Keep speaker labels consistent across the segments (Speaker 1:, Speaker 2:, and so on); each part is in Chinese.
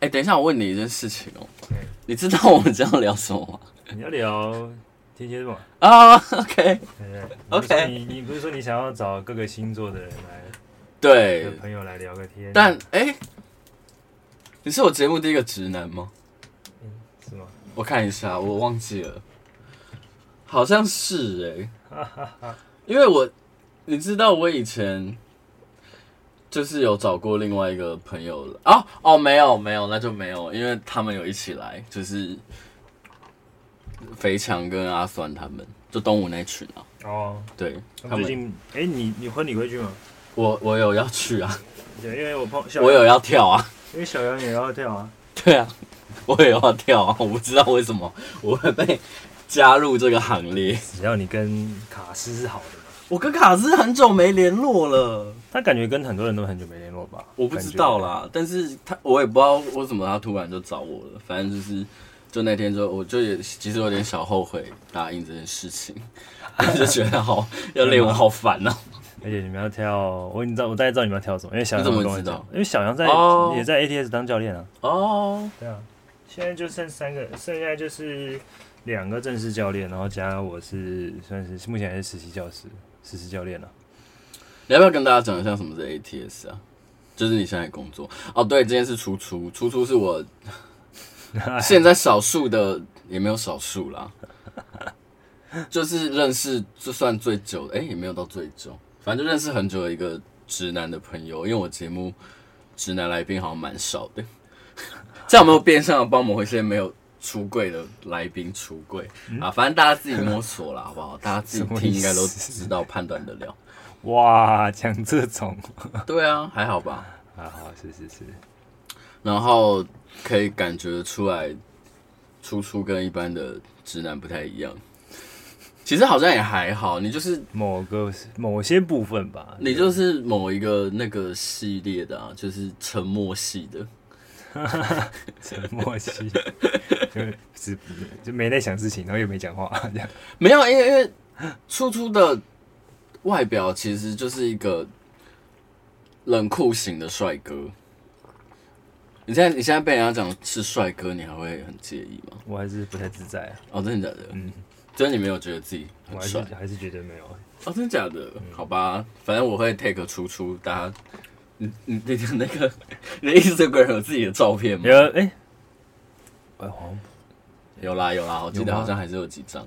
Speaker 1: 哎、等一下，我问你一件事情哦，
Speaker 2: 嗯
Speaker 1: 你知道我们今天要聊什么吗？
Speaker 2: 你要聊天蝎座嘛，
Speaker 1: 啊、o k
Speaker 2: 对不对
Speaker 1: OK
Speaker 2: 你不是说你你不是说你想要找各个星座的人来，
Speaker 1: 对
Speaker 2: 的，朋友来聊个天？
Speaker 1: 但哎、你是我节目第一个直男吗？
Speaker 2: 是吗？
Speaker 1: 我看一下，我忘记了，好像是哎、 因为我你知道我以前就是有找过另外一个朋友了哦哦没有没有那就没有，因为他们有一起来，就是肥强跟阿酸他们，就东吴那群啊，
Speaker 2: 哦，
Speaker 1: 对
Speaker 2: 那
Speaker 1: 他
Speaker 2: 最
Speaker 1: 们，
Speaker 2: 近哎，你你婚礼会去吗？
Speaker 1: 我我有要去啊，
Speaker 2: 对，因为我碰小
Speaker 1: 我有要跳啊，
Speaker 2: 因为小杨也要跳啊。
Speaker 1: 对啊，我也要跳啊，我不知道为什么我会被加入这个行列。
Speaker 2: 只要你跟卡斯是好的嘛，
Speaker 1: 我跟卡斯很久没联络了，
Speaker 2: 他感觉跟很多人都很久没联络吧？
Speaker 1: 我不知道啦，但是他我也不知道为什么他突然就找我了，反正就是就那天就我就也其实有点小后悔答应这件事情， 就觉得好要练我好烦哦、
Speaker 2: 感觉。而且你们要跳，我已经知道，我大概知道你们要跳什么，因为小
Speaker 1: 你
Speaker 2: 杨
Speaker 1: 怎么
Speaker 2: 跟我
Speaker 1: 知道
Speaker 2: 讲，因为小杨在、
Speaker 1: 哦
Speaker 2: 也在 ATS 当教练啊。
Speaker 1: 哦，
Speaker 2: 对啊，现在就剩三个，剩下就是两个正式教练，然后加我是算是目前还是实习教师，实习教练了、
Speaker 1: 你要不要跟大家讲一下什么是 ATS 啊？就是你现在工作哦，对，今天是初初，初初是 我现在少数的，也没有少数啦，就是认识就算最久的，哎、也没有到最久，反正就认识很久的一个直男的朋友，因为我节目直男来宾好像蛮少 的，这样有没有变相的帮某一些没有出柜的来宾出柜、啊？反正大家自己摸索啦，好不好？大家自己
Speaker 2: 嗯什么
Speaker 1: 听
Speaker 2: 意
Speaker 1: 应该都
Speaker 2: 思
Speaker 1: 知道判断得了。
Speaker 2: 哇，讲这种
Speaker 1: 对啊，还好吧。
Speaker 2: 啊，好，是是是，
Speaker 1: 然后可以感觉出来，初初跟一般的直男不太一样。其实好像也还好，你就是
Speaker 2: 某个某些部分吧，
Speaker 1: 你就是某一个那个系列的啊，就是沉默系的。
Speaker 2: 沉默期，就是就没在想事情，然后又没讲话， 这样
Speaker 1: 没有，因为因为初初的外表其实就是一个冷酷型的帅哥。你现在你现在被人家讲是帅哥，你还会很介意吗？
Speaker 2: 我还是不太自在、啊，
Speaker 1: 哦，真的假的？
Speaker 2: 嗯，
Speaker 1: 真的你没有觉得自己
Speaker 2: 我
Speaker 1: 很
Speaker 2: 还是
Speaker 1: 帅？
Speaker 2: 还是觉得没有，
Speaker 1: 哦，真的假的？
Speaker 2: 嗯
Speaker 1: 好吧，反正我会 take 出出，大家，你你你 的那个你的 Instagram 有自己的照片吗
Speaker 2: 有？哎、哎好像
Speaker 1: 有啦有啦，我记
Speaker 2: 有
Speaker 1: 得
Speaker 2: 吗
Speaker 1: 好像还是有几张。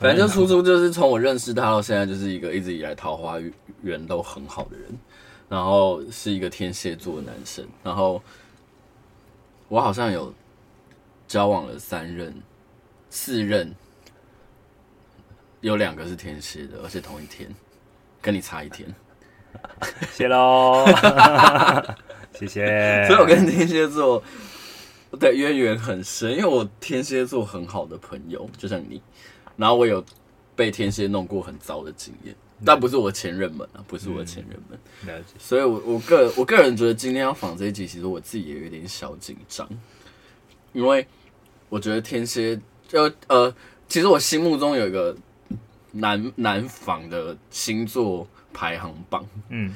Speaker 1: 反正就出出就是从我认识他到现在，就是一个一直以来桃花源都很好的人，然后是一个天蝎座的男生，然后我好像有交往了三任、四任，有两个是天蝎的，而且同一天，跟你差一天。
Speaker 2: 谢喽， 谢谢。
Speaker 1: 所以我跟天蝎座的渊源很深，因为我天蝎座很好的朋友，就像你，然后我有被天蝎弄过很糟的经验，但不是我前任们啊，不是我前任们，
Speaker 2: 了解，
Speaker 1: 所以我我个我个人觉得今天要访这一集，其实我自己也有点小紧张，因为我觉得天蝎就呃，其实我心目中有一个难难访的星座排行榜，
Speaker 2: 嗯，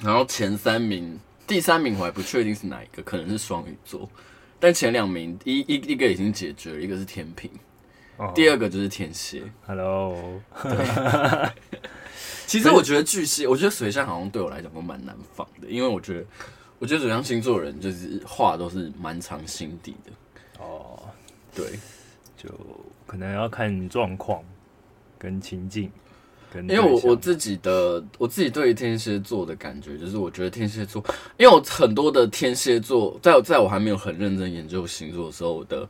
Speaker 1: 然后前三名，第三名我还不确定是哪一个，可能是双鱼座，但前两名一一一个已经解决了，一个是天平，
Speaker 2: 哦
Speaker 1: 第二个就是天蝎。
Speaker 2: Hello，
Speaker 1: 其实我觉得巨蟹，我觉得水象好像对我来讲都蛮难放的，因为我觉得，我觉得水象星座的人就是话都是蛮藏心底的，
Speaker 2: 哦，
Speaker 1: 对，
Speaker 2: 就可能要看状况跟情境，跟
Speaker 1: 因为我
Speaker 2: 对象
Speaker 1: 我自己的我自己对于天蝎座的感觉，就是我觉得天蝎座，因为我很多的天蝎座，在我在我还没有很认真研究星座的时候，我的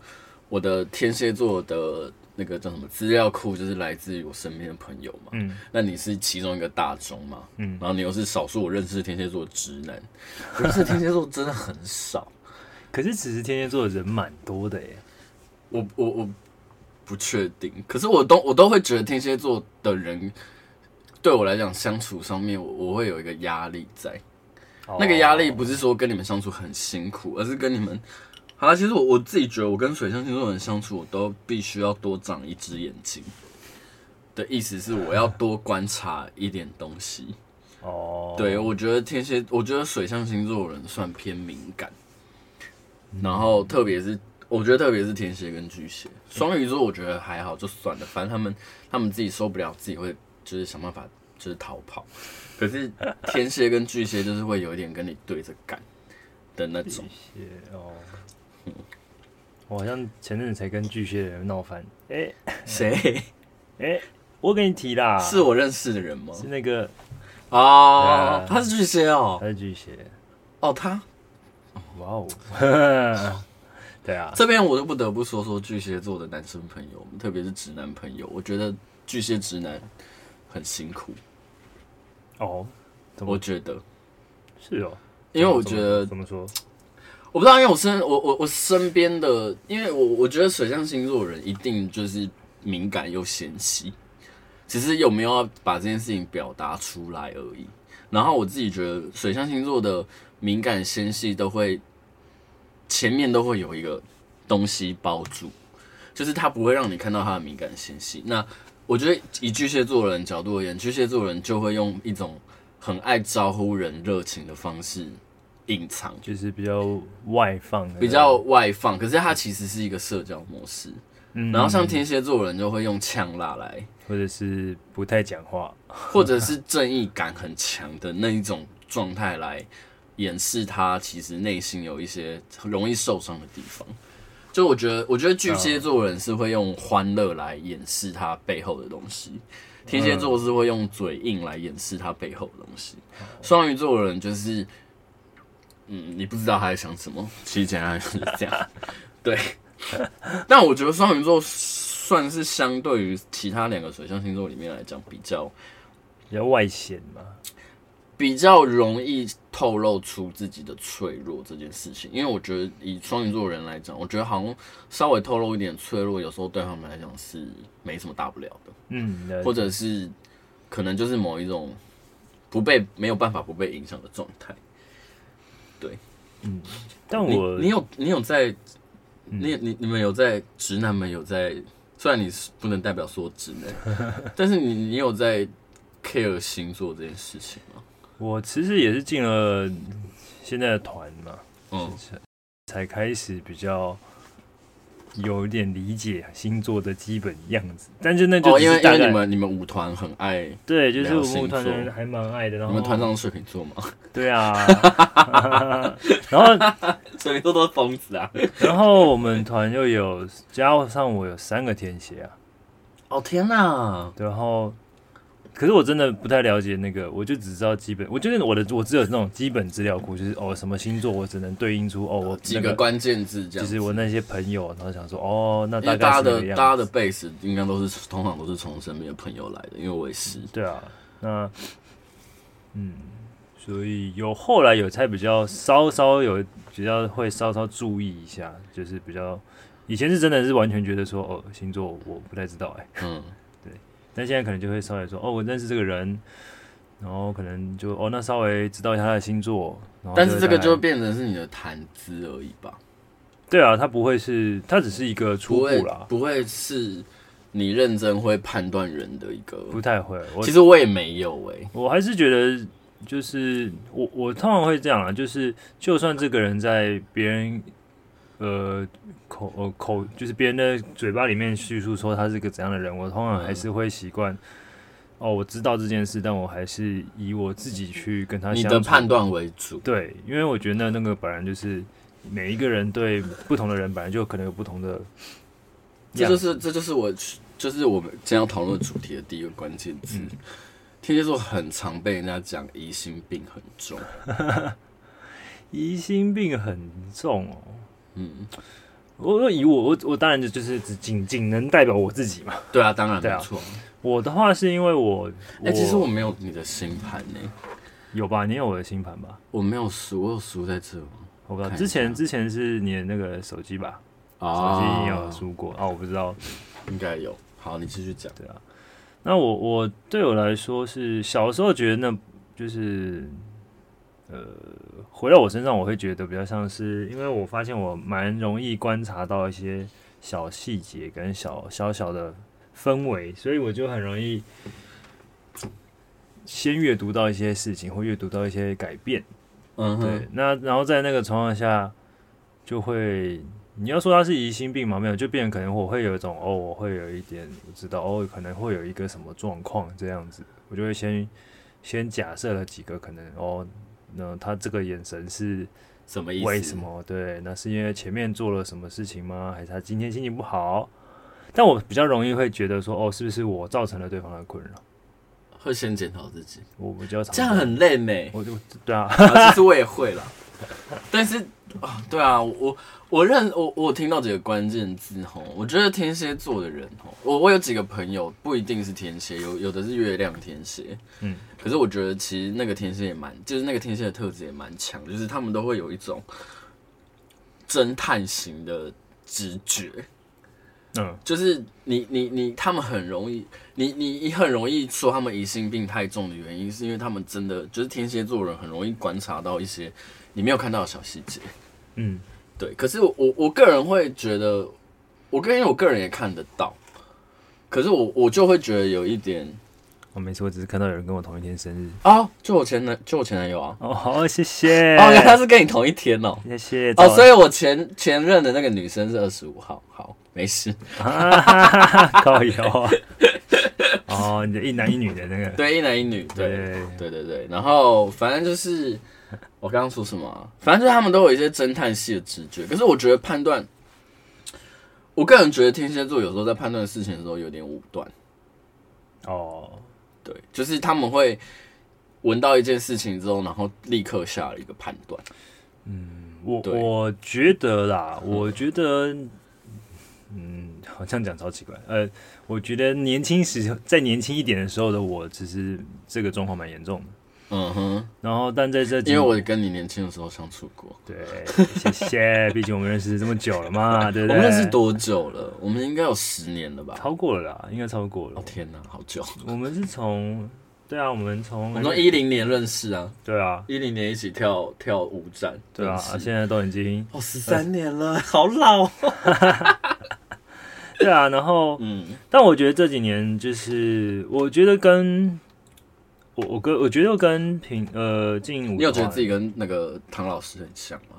Speaker 1: 我的天蝎座的那个叫什么资料库，就是来自于我身边的朋友嘛。
Speaker 2: 嗯，
Speaker 1: 那你是其中一个大宗嘛？
Speaker 2: 嗯
Speaker 1: 然后你又是少数我认识的天蝎座的直 男，我认识的天蝎座真的很少。
Speaker 2: 可是其实天蝎座的人蛮多的耶，
Speaker 1: 我我我不确定，可是我都我都会觉得天蝎座的人对我来讲相处上面我，我会有一个压力在。那
Speaker 2: 哦
Speaker 1: 个压力不是说跟你们相处很辛苦，而是跟你们。好了，其实我我自己觉得，我跟水象星座的人相处，我都必须要多长一只眼睛。的意思是，我要多观察一点东西。
Speaker 2: 哦，
Speaker 1: 对，我觉得天蝎，我觉得水象星座的人算偏敏感，然后特别是我觉得特别是天蝎跟巨蟹，双鱼座我觉得还好，就算了，反正他们他们自己受不了，自己会就是想办法就是逃跑。可是天蝎跟巨蟹就是会有一点跟你对着干的那种
Speaker 2: 巨，蟹哦，我好像前阵子才跟巨蟹的人闹翻。哎、
Speaker 1: 谁
Speaker 2: 哎、我给你提啦，
Speaker 1: 是我认识的人吗？
Speaker 2: 是那个
Speaker 1: 哦，
Speaker 2: 对啊
Speaker 1: 他是巨蟹哦
Speaker 2: 他，是巨蟹，
Speaker 1: 哦他
Speaker 2: 哇哦， 对啊，
Speaker 1: 这边我就不得不说说巨蟹座的男生朋友，特别是直男朋友，我觉得巨蟹直男很辛苦，
Speaker 2: 哦，怎么
Speaker 1: 我觉得，
Speaker 2: 是哦？
Speaker 1: 因为我觉得
Speaker 2: 怎么说？
Speaker 1: 我不知道，因为我身我我我身边的，因为我我觉得水象星座的人一定就是敏感又纤细，只是有没有要把这件事情表达出来而已。然后我自己觉得水象星座的敏感纤细都会前面都会有一个东西包住，就是他不会让你看到他的敏感纤细。那我觉得以巨蟹座的人角度而言，巨蟹座的人就会用一种很爱招呼人热情的方式隐藏。
Speaker 2: 就是比较外放的，
Speaker 1: 比较外放，可是它其实是一个社交模式。
Speaker 2: 嗯，
Speaker 1: 然后像天蝎座的人就会用呛辣来，
Speaker 2: 或者是不太讲话，
Speaker 1: 或者是正义感很强的那一种状态来掩饰他其实内心有一些容易受伤的地方。就我觉得，我觉得巨蟹座的人是会用欢乐来掩饰他背后的东西，天蝎座是会用嘴硬来掩饰他背后的东西，双鱼座的人就是，嗯，你不知道他在想什么，其实简单来说就是这样，对。但我觉得双鱼座算是相对于其他两个水象星座里面来讲比较
Speaker 2: 比较外显嘛。
Speaker 1: 比较容易透露出自己的脆弱这件事情，因为我觉得以双鱼座人来讲，我觉得好像稍微透露一点脆弱，有时候对他们来讲是没什么大不了的，
Speaker 2: 嗯，了解
Speaker 1: 或者是可能就是某一种不被没有办法不被影响的状态。
Speaker 2: 但
Speaker 1: 你
Speaker 2: 我嗯
Speaker 1: 你有你有在，你你你们有在直男们有在，虽然你是不能代表说直男， 但是你你有在 care 星座这件事情吗？
Speaker 2: 我其实也是进了现在的团嘛，
Speaker 1: 嗯，
Speaker 2: 才开始比较有一点理解星座的基本样子。但是那就
Speaker 1: 哦，
Speaker 2: 只
Speaker 1: 因为
Speaker 2: 是
Speaker 1: 因
Speaker 2: 大
Speaker 1: 为
Speaker 2: 概、
Speaker 1: 你们你们舞团很爱。
Speaker 2: 对，就是
Speaker 1: 聊
Speaker 2: 我
Speaker 1: 星
Speaker 2: 们团的人
Speaker 1: 座
Speaker 2: 还蛮爱的。然后
Speaker 1: 你们团长是水瓶座 吗？
Speaker 2: 对啊，然后
Speaker 1: 水瓶座都是疯子啊！
Speaker 2: 然后我们团又有加上我有三个天蝎啊，
Speaker 1: 哦天哪！
Speaker 2: 然后。可是我真的不太了解那个，我就只知道基本，我觉得我的我只有那种基本资料库，就是哦什么星座我只能对应出哦我
Speaker 1: 几
Speaker 2: 那
Speaker 1: 个关键字这
Speaker 2: 就
Speaker 1: 样，
Speaker 2: 是我那些朋友，然后想说，哦，那
Speaker 1: 因为大
Speaker 2: 大概
Speaker 1: 家
Speaker 2: 是
Speaker 1: 的
Speaker 2: 这个
Speaker 1: 大家
Speaker 2: 样
Speaker 1: 的
Speaker 2: 子。
Speaker 1: base 应该都是通常都是从身边的朋友来的，因为我也 是。
Speaker 2: 对啊，那嗯，所以有后来有才比较稍稍有比较会稍稍注意一下，就是比较以前是真的是完全觉得说，哦，星座我不太知道哎、
Speaker 1: 嗯，
Speaker 2: 但现在可能就会稍微说，哦，我认识这个人，然后可能就哦，那稍微知道一下他的星座，然后
Speaker 1: 但是这个
Speaker 2: 哦大概
Speaker 1: 就变成是你的谈资而已吧，
Speaker 2: 对啊，他不会是，他只是一个初
Speaker 1: 不会
Speaker 2: 步啦，
Speaker 1: 不会是你认真会判断人的一个。
Speaker 2: 不太会。我
Speaker 1: 其实我也没有哎、
Speaker 2: 我还是觉得，就是我我通常会这样啊，就是就算这个人在别人呃口呃口，就是别人的嘴巴里面叙述说他是个怎样的人，我通常还是会习惯。哦，我知道这件事，但我还是以我自己去跟他
Speaker 1: 你
Speaker 2: 相
Speaker 1: 的
Speaker 2: 处
Speaker 1: 判断为主。
Speaker 2: 对，因为我觉得那个本来就是每一个人对不同的人本来就可能有不同的
Speaker 1: 这
Speaker 2: 样
Speaker 1: 就
Speaker 2: 子，
Speaker 1: 是这就是我就是我们今天要讨论的主题的第一个关键字。
Speaker 2: 嗯
Speaker 1: 天蝎座很常被人家讲疑心病很重，
Speaker 2: 疑心病很重哦。
Speaker 1: 嗯，
Speaker 2: 我以我我我当然就就是只仅仅能代表我自己嘛。
Speaker 1: 对啊，当然
Speaker 2: 对啊
Speaker 1: 没错。
Speaker 2: 我的话是因为我，
Speaker 1: 哎、其实我没有你的星盘呢、
Speaker 2: 有吧，你有我的星盘吧？
Speaker 1: 我没有输，我有输在这吗？
Speaker 2: 我不知道，
Speaker 1: 看一
Speaker 2: 之前
Speaker 1: 下
Speaker 2: 之前是你的那个手机吧？手机你有
Speaker 1: 啊，
Speaker 2: 输过啊？我不知道，
Speaker 1: 应该有。好，你继续讲。
Speaker 2: 对啊。那我我对我来说是小时候觉得那就是，呃，回到我身上，我会觉得比较像是，因为我发现我蛮容易观察到一些小细节跟小小小的氛围，所以我就很容易先阅读到一些事情，或阅读到一些改变。
Speaker 1: 嗯
Speaker 2: 对
Speaker 1: 哼，，
Speaker 2: 那然后在那个情况下，就会你要说他是疑心病嘛，没有，就变成可能我会有一种哦，我会有一点我知道哦，可能会有一个什么状况这样子，我就会先先假设了几个可能哦，那他这个眼神是
Speaker 1: 什么意思？
Speaker 2: 为什么？对，那是因为前面做了什么事情吗？还是他今天心情不好？但我比较容易会觉得说哦，是不是我造成了对方的困扰？
Speaker 1: 会先检讨自己，
Speaker 2: 我比较常
Speaker 1: 这样很累呢、
Speaker 2: 我就对啊，
Speaker 1: 啊其实我也会 啦，但是啊，对啊，我我认我我听到几个关键字吼，我觉得天蝎座的人吼，我我有几个朋友不一定是天蝎，有有的是月亮天蝎，
Speaker 2: 嗯
Speaker 1: 嗯，可是我觉得其实那个天蝎也蛮，就是那个天蝎的特质也蛮强，就是他们都会有一种侦探型的直觉，
Speaker 2: 嗯
Speaker 1: 就是你你你，他们很容易，你你你很容易说他们疑心病太重的原因，是因为他们真的就是天蝎座人很容易观察到一些你没有看到的小细节。
Speaker 2: 嗯
Speaker 1: 对，可是我我我个人会觉得，我个人因为我个人也看得到，可是我我就会觉得有一点
Speaker 2: 我没事，我只是看到有人跟我同一天生日。
Speaker 1: 啊、就我前男就我前男友啊，
Speaker 2: 哦，好，谢谢。
Speaker 1: 哦，原来是跟你同一天哦。
Speaker 2: 谢谢。
Speaker 1: 哦，所
Speaker 2: 以
Speaker 1: 以我前前任的那个女生是二十五号，好，没 事。
Speaker 2: 高瑶啊。 哦，你的一男一女的那个，
Speaker 1: 对，一男一女， 对
Speaker 2: 对，
Speaker 1: 对对对，然后反正就是我刚刚说什么啊、反正就是他们都有一些侦探系的直觉，可是我觉得判断，我个人觉得天蝎座有时候在判断事情的时候有点武断，
Speaker 2: 哦，
Speaker 1: 对，就是他们会闻到一件事情之后，然后立刻下了一个判断，
Speaker 2: 我
Speaker 1: 对
Speaker 2: 我觉得啦，我觉得，嗯，好像讲超奇怪。呃，我觉得年轻时在年轻一点的时候的我，其实这个状况蛮严重的。
Speaker 1: 嗯哼，
Speaker 2: 然后，但在这几
Speaker 1: 因为我跟你年轻的时候相处过，
Speaker 2: 对，谢谢，毕竟我们认识这么久了嘛，对
Speaker 1: 我
Speaker 2: 不
Speaker 1: 们
Speaker 2: 对？
Speaker 1: 认识多久了？我们应该有十年了吧？
Speaker 2: 超过了啦，应该超过了
Speaker 1: 哦。天哪，好久！
Speaker 2: 我们是从，对啊，我们从
Speaker 1: 我们从一零年认识啊，
Speaker 2: 对啊，
Speaker 1: 一零年一起跳跳舞展，
Speaker 2: 对啊，
Speaker 1: 认识
Speaker 2: 现在都已经
Speaker 1: 哦，十三年了，好老、哦。
Speaker 2: 对啊，然后，
Speaker 1: 嗯
Speaker 2: 但我觉得这几年就是，我觉得跟我我跟我觉得跟平呃进舞，
Speaker 1: 你有觉得自己，跟那个唐老师很像吗？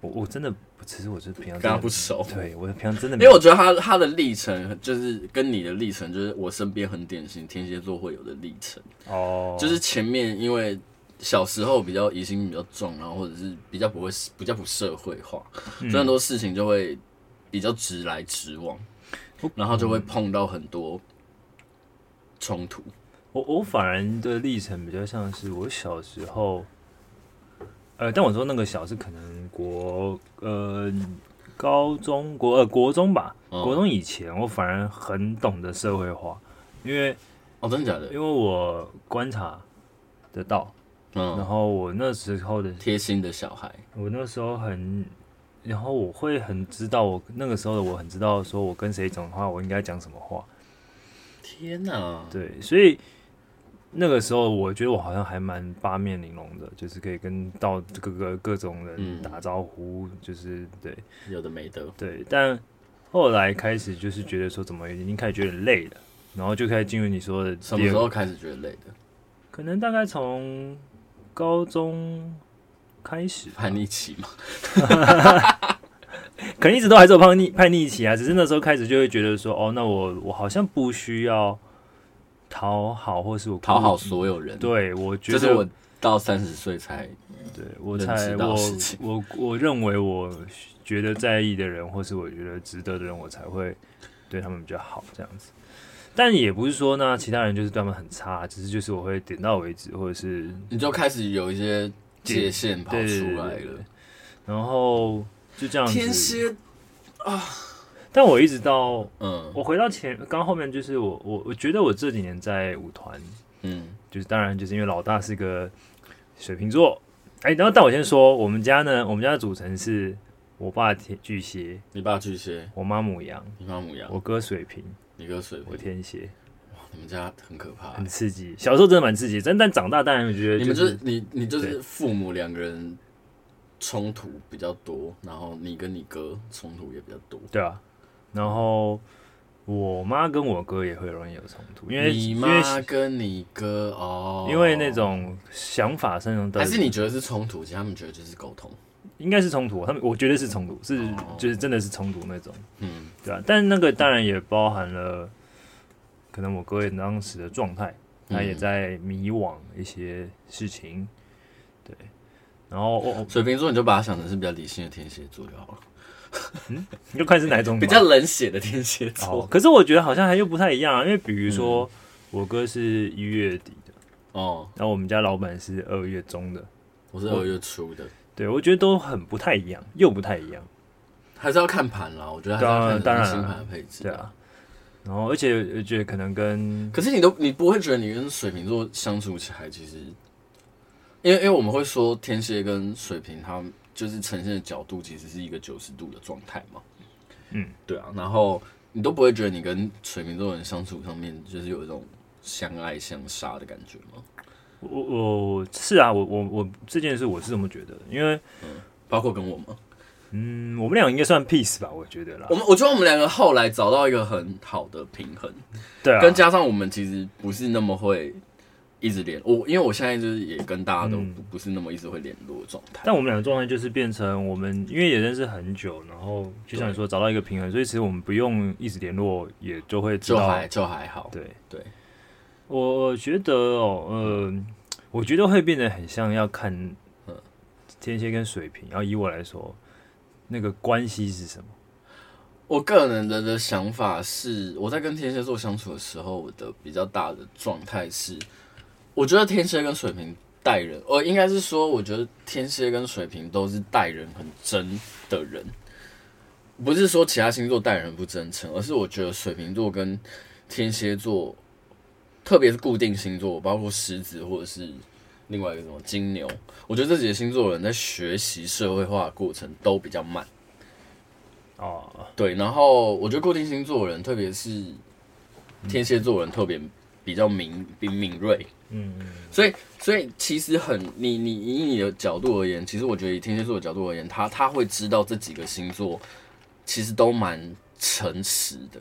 Speaker 2: 我我真的其实我是平常真的
Speaker 1: 跟他不熟，
Speaker 2: 嗯对我平常真的
Speaker 1: 因为
Speaker 2: 没有
Speaker 1: 我觉得他他的历程就是跟你的历程，就是我身边很典型天蝎座会有的历程，
Speaker 2: 哦，
Speaker 1: 就是前面因为小时候比较疑心比较重，然后或者是比较不会比较不社会化，所
Speaker 2: 嗯
Speaker 1: 以很多事情就会比较直来直往，
Speaker 2: 哦
Speaker 1: 然后就
Speaker 2: 嗯
Speaker 1: 会碰到很多冲突。
Speaker 2: 我我反而的历程比较像是我小时候，呃，但我说那个小是可能国呃高中国呃国中吧，
Speaker 1: 嗯
Speaker 2: 国中以前我反而很懂得社会化，因为
Speaker 1: 哦，真的假
Speaker 2: 因
Speaker 1: 的？
Speaker 2: 为我观察得到，然
Speaker 1: 嗯，
Speaker 2: 后我那时候的
Speaker 1: 贴心的小孩，
Speaker 2: 我那时候很，然后我会很知道我那个时候的我很知道说我跟谁讲话我应该讲什么话，
Speaker 1: 天哪、
Speaker 2: 对，所以那个时候我觉得我好像还蛮八面玲珑的，就是可以跟到各个各种人
Speaker 1: 嗯
Speaker 2: 打招呼，就是对
Speaker 1: 有的没的。
Speaker 2: 对。但后来开始就是觉得说，怎么已经开始觉得累了，然后就开始进入你说的
Speaker 1: 什
Speaker 2: 第
Speaker 1: 么
Speaker 2: 二
Speaker 1: 时候开始觉得累的？
Speaker 2: 可能大概从高中开始吧，
Speaker 1: 叛逆期 嘛。
Speaker 2: 可能一直都还是有叛逆叛逆期啊，只是那时候开始就会觉得说，哦，那我我好像不需要讨好，或是我
Speaker 1: 讨好，所有人。，
Speaker 2: 对我觉
Speaker 1: 这
Speaker 2: 得
Speaker 1: 是我到三十岁才
Speaker 2: 对我
Speaker 1: 认
Speaker 2: 才
Speaker 1: 知到
Speaker 2: 我
Speaker 1: 的事情
Speaker 2: 我我认为我觉得在意的人，或是我觉得值得的人，我才会对他们比较好这样子。但也不是说呢，其他人就是对他们很差，只是就是我会点到为止，或者是
Speaker 1: 你就开始有一些界限跑
Speaker 2: 对对
Speaker 1: 出
Speaker 2: 对
Speaker 1: 来
Speaker 2: 对对
Speaker 1: 了。
Speaker 2: 然后就这样子。
Speaker 1: 天，蝎，
Speaker 2: 但我一直到
Speaker 1: 嗯
Speaker 2: 我回到前刚后面，就是我我我觉得我这几年在舞团，
Speaker 1: 嗯，
Speaker 2: 就是当然就是因为老大是个水瓶座，哎、然后但我先说，我们家呢，我们家的组成是我爸天巨蟹，
Speaker 1: 你爸巨蟹，
Speaker 2: 我妈母羊。
Speaker 1: 你妈母羊，
Speaker 2: 我哥水瓶，
Speaker 1: 你哥水
Speaker 2: 我
Speaker 1: 瓶，
Speaker 2: 天蝎，
Speaker 1: 你们家很可怕
Speaker 2: 很。刺激。小时候真的蛮刺激，但但长大当然我觉
Speaker 1: 你
Speaker 2: 得就
Speaker 1: 们就是是你你就
Speaker 2: 对
Speaker 1: 是父母两个人冲突比较多，然后你跟你哥冲突也比较多。
Speaker 2: 对啊。然后我妈跟我哥也会容易有冲突，因为
Speaker 1: 你
Speaker 2: 因
Speaker 1: 妈
Speaker 2: 为
Speaker 1: 跟你哥哦，
Speaker 2: 因为那种想法上种
Speaker 1: 还是你觉得是冲突，其实他们觉得就是沟通。
Speaker 2: 应该是冲突，啊他们我觉得是冲突，是
Speaker 1: 哦
Speaker 2: 就是真的是冲突那种，
Speaker 1: 嗯，
Speaker 2: 对啊，但那个当然也包含了可能我哥也当时的状态，他也
Speaker 1: 嗯
Speaker 2: 在迷惘一些事情，对，然后我、哦、
Speaker 1: 水瓶座你就把它想成是比较理性的天蝎座就好了，
Speaker 2: 你就看是哪一种
Speaker 1: 比
Speaker 2: 吧
Speaker 1: 较冷血的天蝎
Speaker 2: 哦
Speaker 1: 座。，
Speaker 2: 可是我觉得好像还又不太一样啊，因为比如说、
Speaker 1: 嗯
Speaker 2: 我哥是一月底的，
Speaker 1: 哦，
Speaker 2: 然后我们家老板是二月中的，
Speaker 1: 我是二月初的，
Speaker 2: 对我觉得都很不太一样，又不太一样，
Speaker 1: 还是要看盘啦。我觉得还是要看
Speaker 2: 当然
Speaker 1: 整个星
Speaker 2: 当然
Speaker 1: 盘的配置。
Speaker 2: 对啊，然后而且我觉得可能跟
Speaker 1: 可是你都你不会觉得你跟水瓶座相处起来，其实，因为因为我们会说天蝎跟水瓶，他们就是呈现的角度其实是一个九十度的状态嘛。
Speaker 2: 嗯，
Speaker 1: 对啊，然后你都不会觉得你跟水瓶座人相处上面就是有一种相爱相杀的感觉吗？
Speaker 2: 我我我是啊，我我我这件事我是这么觉得，因为
Speaker 1: 包括跟我吗？
Speaker 2: 嗯，我们俩应该算 peace 吧，我觉得啦
Speaker 1: 我，们我觉得我们两个后来找到一个很好的平衡，
Speaker 2: 对啊，
Speaker 1: 跟加上我们其实不是那么会一直联我，因为我现在就是也跟大家都
Speaker 2: 嗯
Speaker 1: 不不是那么一直会联络的状态。
Speaker 2: 但我们俩的状态就是变成我们，因为也认识很久，然后就像你说找到一个平衡，所以其实我们不用一直联络，也就会知
Speaker 1: 就
Speaker 2: 道
Speaker 1: 还就还好，
Speaker 2: 对
Speaker 1: 对，
Speaker 2: 我觉得哦，呃，我觉得会变得很像要看
Speaker 1: 嗯
Speaker 2: 天蝎跟水瓶。然后以我来说，那个关系是什么？
Speaker 1: 我个人的的想法是，我在跟天蝎座相处的时候，我的比较大的状态是，我觉得天蝎跟水瓶待人，呃，应该是说，我觉得天蝎跟水瓶都是待人很真的人，不是说其他星座待人不真诚，而是我觉得水瓶座跟天蝎座，特别是固定星座，包括狮子或者是另外一个什么金牛，我觉得这几个星座的人在学习社会化的过程都比较慢。
Speaker 2: 哦，
Speaker 1: 对，然后我觉得固定星座的人，特别是天蝎座的人，特别比较敏比敏锐，
Speaker 2: 嗯，
Speaker 1: 所以所以其实很你你以你的角度而言，其实我觉得以天蝎座的角度而言，他他会知道这几个星座其实都蛮诚实的，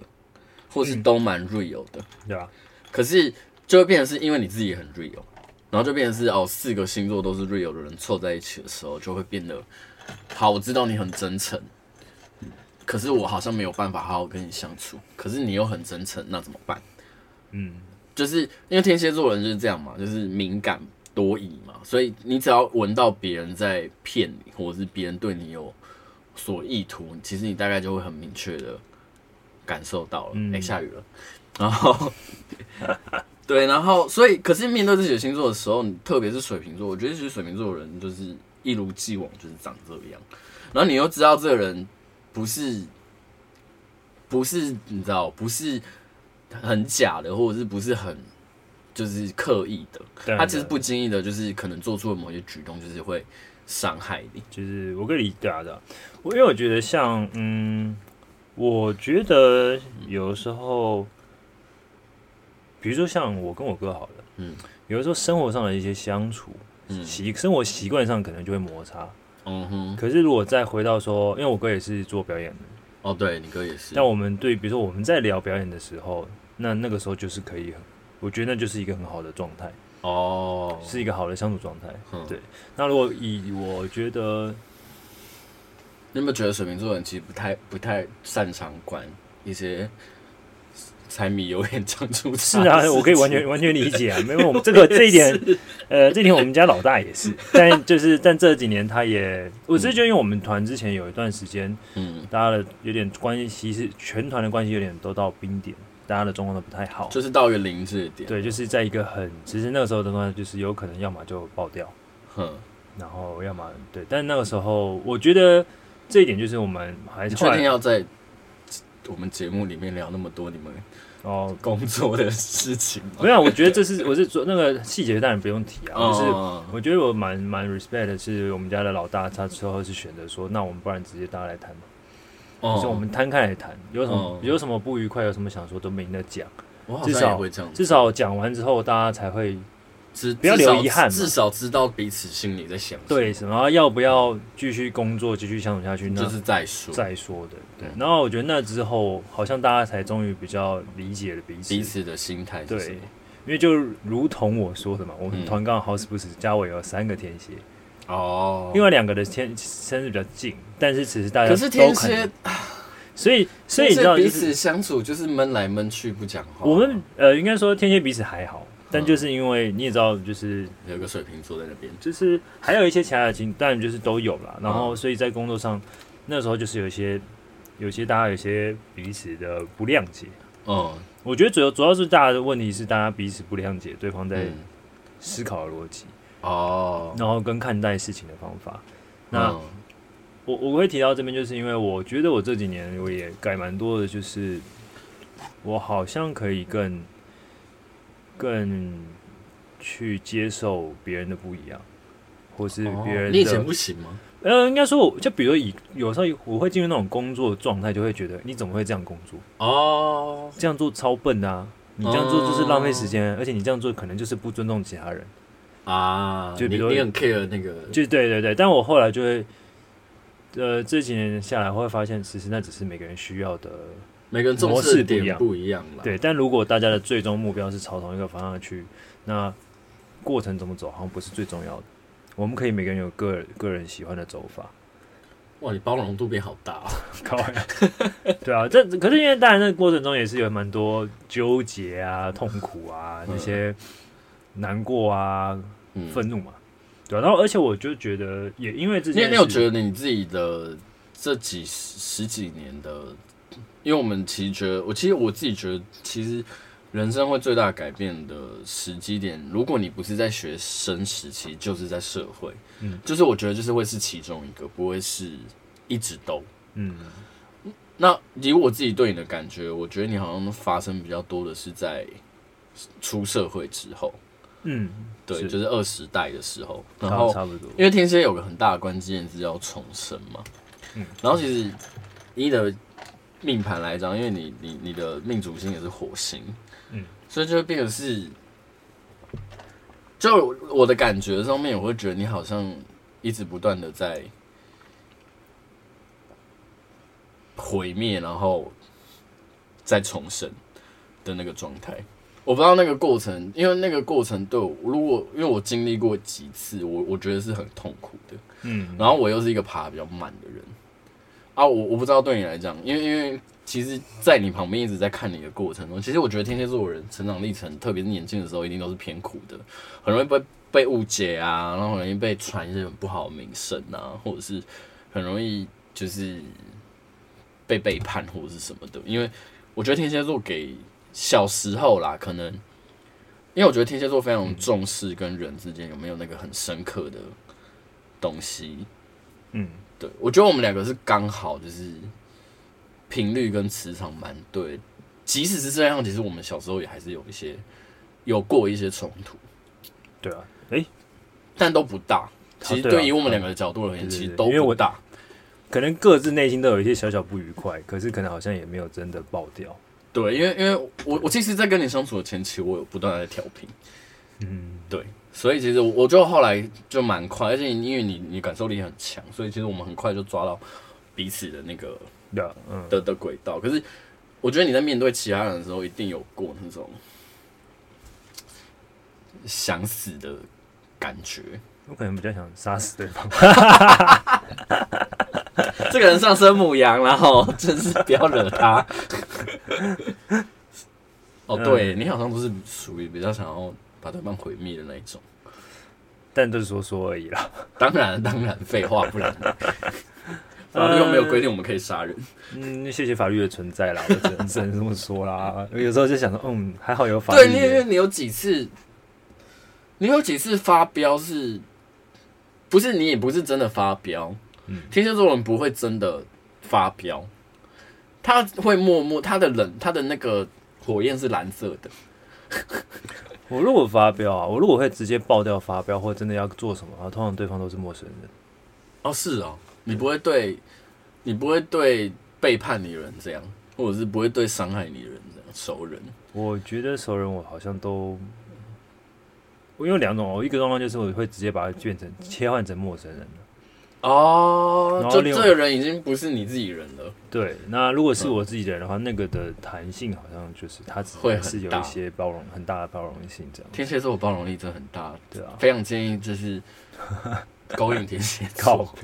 Speaker 1: 或是都蛮 real 的，
Speaker 2: 对啊吧？
Speaker 1: 可是就会变成是因为你自己很 real，然后就变成是哦，四个星座都是 real 的人凑在一起的时候，就会变得好。我知道你很真诚，可是我好像没有办法好好跟你相处。可是你又很真诚，那怎么办？
Speaker 2: 嗯，
Speaker 1: 就是因为天蝎座人就是这样嘛，就是敏感多疑嘛，所以你只要闻到别人在骗你，或者是别人对你有所意图，其实你大概就会很明确的感受到了。哎、
Speaker 2: 嗯
Speaker 1: 下雨了，然后对，然后所以可是面对这些星座的时候，你特别是水瓶座，我觉得其实水瓶座的人就是一如既往就是长这样，然后你又知道这个人不是不是你知道不是很假的，或者是不是很就是刻意的，
Speaker 2: 当然
Speaker 1: 他其实不，经意的，就是可能做出的某些举动，就是会伤害你。
Speaker 2: 就是我可以理对啊，对啊。我因为我觉得像，嗯，我觉得有时候，比如说像我跟我哥好了，
Speaker 1: 嗯，
Speaker 2: 有的时候生活上的一些相处，
Speaker 1: 嗯
Speaker 2: 习生活习惯上可能就会摩擦。
Speaker 1: 嗯哼，
Speaker 2: 可是如果再回到说，因为我哥也是做表演的，
Speaker 1: 哦，对你哥也是
Speaker 2: 但，我们对，比如说我们在聊表演的时候，那那个时候就是可以很，我觉得那就是一个很好的状态，
Speaker 1: 哦，
Speaker 2: 是一个好的相处状态。
Speaker 1: 嗯
Speaker 2: 对那如果以我觉得，
Speaker 1: 你有没有觉得水瓶座人其实不太不太擅长管一些柴米油盐酱醋
Speaker 2: 是
Speaker 1: 茶？
Speaker 2: 啊， 我可以完全。完全理解啊，没有我们这个这 一点，呃，这一点我们家老大也是， 但就是但这几年他也，我只是觉得因为我们团之前有一段时间，
Speaker 1: 嗯，
Speaker 2: 大家的有点关系是全团的关系有点都到冰点，大家的状况都不太好，
Speaker 1: 就是到一个临界点。，
Speaker 2: 对，就是在一个很，其实那个时候的话，就是有可能要么就爆掉，
Speaker 1: 哼，
Speaker 2: 然后要么对，但那个时候我觉得这一点就是我们还
Speaker 1: 你
Speaker 2: 是
Speaker 1: 确
Speaker 2: 后
Speaker 1: 定
Speaker 2: 来
Speaker 1: 要在我们节目里面聊那么多你们
Speaker 2: 哦，
Speaker 1: 工作的事情 吗？
Speaker 2: 没有，啊我觉得这是我是说那个细节当然不用提啊，就是
Speaker 1: 哦
Speaker 2: 我觉得我蛮蛮 respect 的是我们家的老大，他最后是选择说，那我们不然直接大家来谈嘛，就是我们摊开来谈，有什么
Speaker 1: 哦
Speaker 2: 有什么不愉快，有什么想说都明的讲，
Speaker 1: 我好
Speaker 2: 至
Speaker 1: 像也
Speaker 2: 少
Speaker 1: 会这样子，
Speaker 2: 至少讲完之后大家才会
Speaker 1: 至
Speaker 2: 不要留遗憾嘛
Speaker 1: 至少知道彼此心里在想什么，
Speaker 2: 对什么啊要不要继续工作，继续相处下去，那
Speaker 1: 就是再说
Speaker 2: 再说的。对
Speaker 1: 嗯，
Speaker 2: 然后我觉得那之后，好像大家才终于比较理解了彼此，
Speaker 1: 彼此的心态是什
Speaker 2: 对
Speaker 1: 么。，
Speaker 2: 因为就如同我说的嘛，我
Speaker 1: 嗯
Speaker 2: 们团刚好死不死，加我有三个天蝎，
Speaker 1: 哦，
Speaker 2: 另外两个的天生日比较近，但是其实大家
Speaker 1: 可是天
Speaker 2: 都可
Speaker 1: 蝎
Speaker 2: 能，所以所以你知道，
Speaker 1: 天
Speaker 2: 就
Speaker 1: 蝎彼
Speaker 2: 是
Speaker 1: 此相处就是闷来闷去不讲话。
Speaker 2: 我们呃，应该说天蝎彼此还好，但
Speaker 1: 哦嗯
Speaker 2: 就是因为你也知道，就是
Speaker 1: 有一个水瓶座在那边，
Speaker 2: 就是还有一些其他的情，当然就是都有啦。然后
Speaker 1: 嗯
Speaker 2: 所以在工作上，那时候就是有一些有些大家有一些彼此的不谅解。
Speaker 1: 嗯，
Speaker 2: 我觉得主要主要是大家的问题是大家彼此不谅解对方在
Speaker 1: 嗯
Speaker 2: 思考的逻辑，
Speaker 1: 哦，
Speaker 2: 然后跟看待事情的方法。那
Speaker 1: 嗯
Speaker 2: 我我会提到这边，就是因为我觉得我这几年我也改蛮多的，就是我好像可以更更去接受别人的不一样，或是别
Speaker 1: 哦
Speaker 2: 人的、
Speaker 1: 你以前不行吗？
Speaker 2: 呃，应该说我就比如以有时候我会进入那种工作状态，就会觉得你怎么会这样工作？
Speaker 1: 哦，
Speaker 2: 这样做超笨啊！你这样做就是浪费时间，而且你这样做可能就是不尊重其他人。
Speaker 1: 啊，
Speaker 2: 就比
Speaker 1: 你
Speaker 2: 如说
Speaker 1: 你很 care 那个，
Speaker 2: 就对对对，但我后来就会，呃，这几年下来，我会发现其实那只是每个人需要的。
Speaker 1: 每个人重
Speaker 2: 模
Speaker 1: 视
Speaker 2: 式
Speaker 1: 的
Speaker 2: 不一
Speaker 1: 点
Speaker 2: 样
Speaker 1: 不一样啦。
Speaker 2: 对，但如果大家的最终目标是朝同一个方向去，那过程怎么走好像不是最重要的。我们可以每个人有个个人喜欢的走法，
Speaker 1: 哇，你包容度变好大哦。
Speaker 2: 靠呀对啊，这可是因为当然，那过程中也是有蛮多纠结啊、痛苦啊、那些难过啊、
Speaker 1: 嗯，
Speaker 2: 愤怒嘛，对啊。然后，而且我就觉得，也因为之
Speaker 1: 你
Speaker 2: 前
Speaker 1: 你有觉得你自己的这几十十几年的，因为我们其实觉得，我其实我自己觉得，其实人生会最大改变的时机点，如果你不是在学生时期，就是在社会，
Speaker 2: 嗯
Speaker 1: 就是我觉得就是会是其中一个，不会是一直都。
Speaker 2: 嗯，
Speaker 1: 那以我自己对你的感觉，我觉得你好像发生比较多的是在出社会之后，
Speaker 2: 嗯，
Speaker 1: 对，
Speaker 2: 是嗯
Speaker 1: 就是二十代的时候，然
Speaker 2: 差
Speaker 1: 后
Speaker 2: 差不多，
Speaker 1: 因为天蝎有个很大的关键字叫重生嘛，
Speaker 2: 嗯
Speaker 1: 然后其实一的命盘来讲，因为你你你的命主星也是火星，
Speaker 2: 嗯
Speaker 1: 所以就会变成是，就我的感觉上面，我会觉得你好像一直不断的在毁灭，然后再重生的那个状态。我不知道那个过程，因为那个过程对我，如果因为我经历过几次，我我觉得是很痛苦的。
Speaker 2: 嗯，
Speaker 1: 然后我又是一个爬得比较慢的人啊，我我不知道对你来讲，因为因为其实，在你旁边一直在看你的过程中，其实我觉得天蝎座的人成长历程，特别是年轻的时候，一定都是偏苦的，很容易被被误解啊，然后很容易被传一些很不好的名声啊，或者是很容易就是被背叛或者是什么的。因为我觉得天蝎座给小时候啦，可能因为我觉得天蝎座非常重视跟人之间有没有那个很深刻的东西，
Speaker 2: 嗯
Speaker 1: 对，我觉得我们两个是刚好就是频率跟磁场蛮对，即使是这样，其实我们小时候也还是有一些有过一些冲突，
Speaker 2: 对啊，诶，
Speaker 1: 但都不大。其实
Speaker 2: 对啊
Speaker 1: 对于我们两个的角度而言，
Speaker 2: 嗯
Speaker 1: 其实
Speaker 2: 对对对
Speaker 1: 都
Speaker 2: 因为
Speaker 1: 不
Speaker 2: 我
Speaker 1: 大。
Speaker 2: 可能各自内心都有一些小小不愉快，可是可能好像也没有真的爆掉，
Speaker 1: 对，因为因为我我其实，在跟你相处的前期，我有不断的调频，
Speaker 2: 嗯，
Speaker 1: 对，所以其实我我就后来就蛮快，而且因为你你感受力很强，所以其实我们很快就抓到彼此的那个
Speaker 2: 对啊，嗯，
Speaker 1: 的的轨道。可是我觉得你在面对其他人的时候，一定有过那种想死的感觉。
Speaker 2: 我可能比较想杀死对方，
Speaker 1: 这个人上身母羊然后真是不要惹他。哦，对你好像不是属于比较想要把对方毁灭的那一种。
Speaker 2: 但都是说说而已啦。
Speaker 1: 当然，当然，废话，不然呢。法律又没有规定我们可以杀人，
Speaker 2: 嗯，谢谢法律的存在啦，我只 能只能这么说啦。有时候就想说，嗯，还好有法律
Speaker 1: 对，你因为你有几次，你有几次发飙是，不是你也不是真的发飙，
Speaker 2: 嗯
Speaker 1: 天蝎座人不会真的发飙，他会默默他的冷，他的那个火焰是蓝色的，
Speaker 2: 我如果发飙啊，我如果会直接爆掉发飙，或真的要做什么啊，通常对方都是陌生人。
Speaker 1: 哦，是哦，你不会对，你不会对背叛你的人这样，或者是不会对伤害你的人这样，熟人，
Speaker 2: 我觉得熟人我好像都我有两种哦，一个状况就是我会直接把它变成切换成陌生人了
Speaker 1: 哦
Speaker 2: 然，后
Speaker 1: 就
Speaker 2: 另
Speaker 1: 这
Speaker 2: 外
Speaker 1: 个人已经不是你自己人了，
Speaker 2: 对，那如果是我自己人的话，那个的弹性好像就是它只
Speaker 1: 会很
Speaker 2: 是有
Speaker 1: 大
Speaker 2: 一些包容很大的包容性这样，
Speaker 1: 天蝎座包容力真的很大，
Speaker 2: 对啊，
Speaker 1: 非常建议就是 勾引天蝎
Speaker 2: 靠
Speaker 1: 座。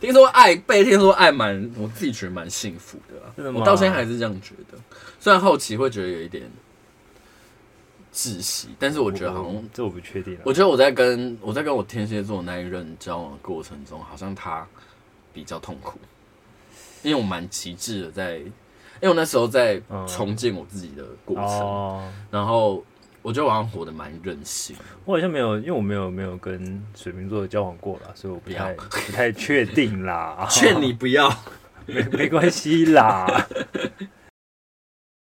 Speaker 1: 听说爱被天蝎座爱蛮，我自己觉得蛮幸福的啊
Speaker 2: 真的吗
Speaker 1: 我到现在还是这样觉得，虽然后期会觉得有一点窒息，但是我觉得好像
Speaker 2: 这我不确定啊，
Speaker 1: 我觉得我在跟我在跟我天蝎座那一任交往的过程中，好像他比较痛苦，因为我蛮极致的在，因为我那时候在
Speaker 2: 嗯
Speaker 1: 重建我自己的过程，
Speaker 2: 哦，
Speaker 1: 然后我觉得我好像活得蛮任性的，
Speaker 2: 我好像没有，因为我没有没有跟水瓶座交往过啦，所以我不
Speaker 1: 不要
Speaker 2: 太
Speaker 1: ，
Speaker 2: 不太确定啦
Speaker 1: 劝你不要，
Speaker 2: 没没关系啦，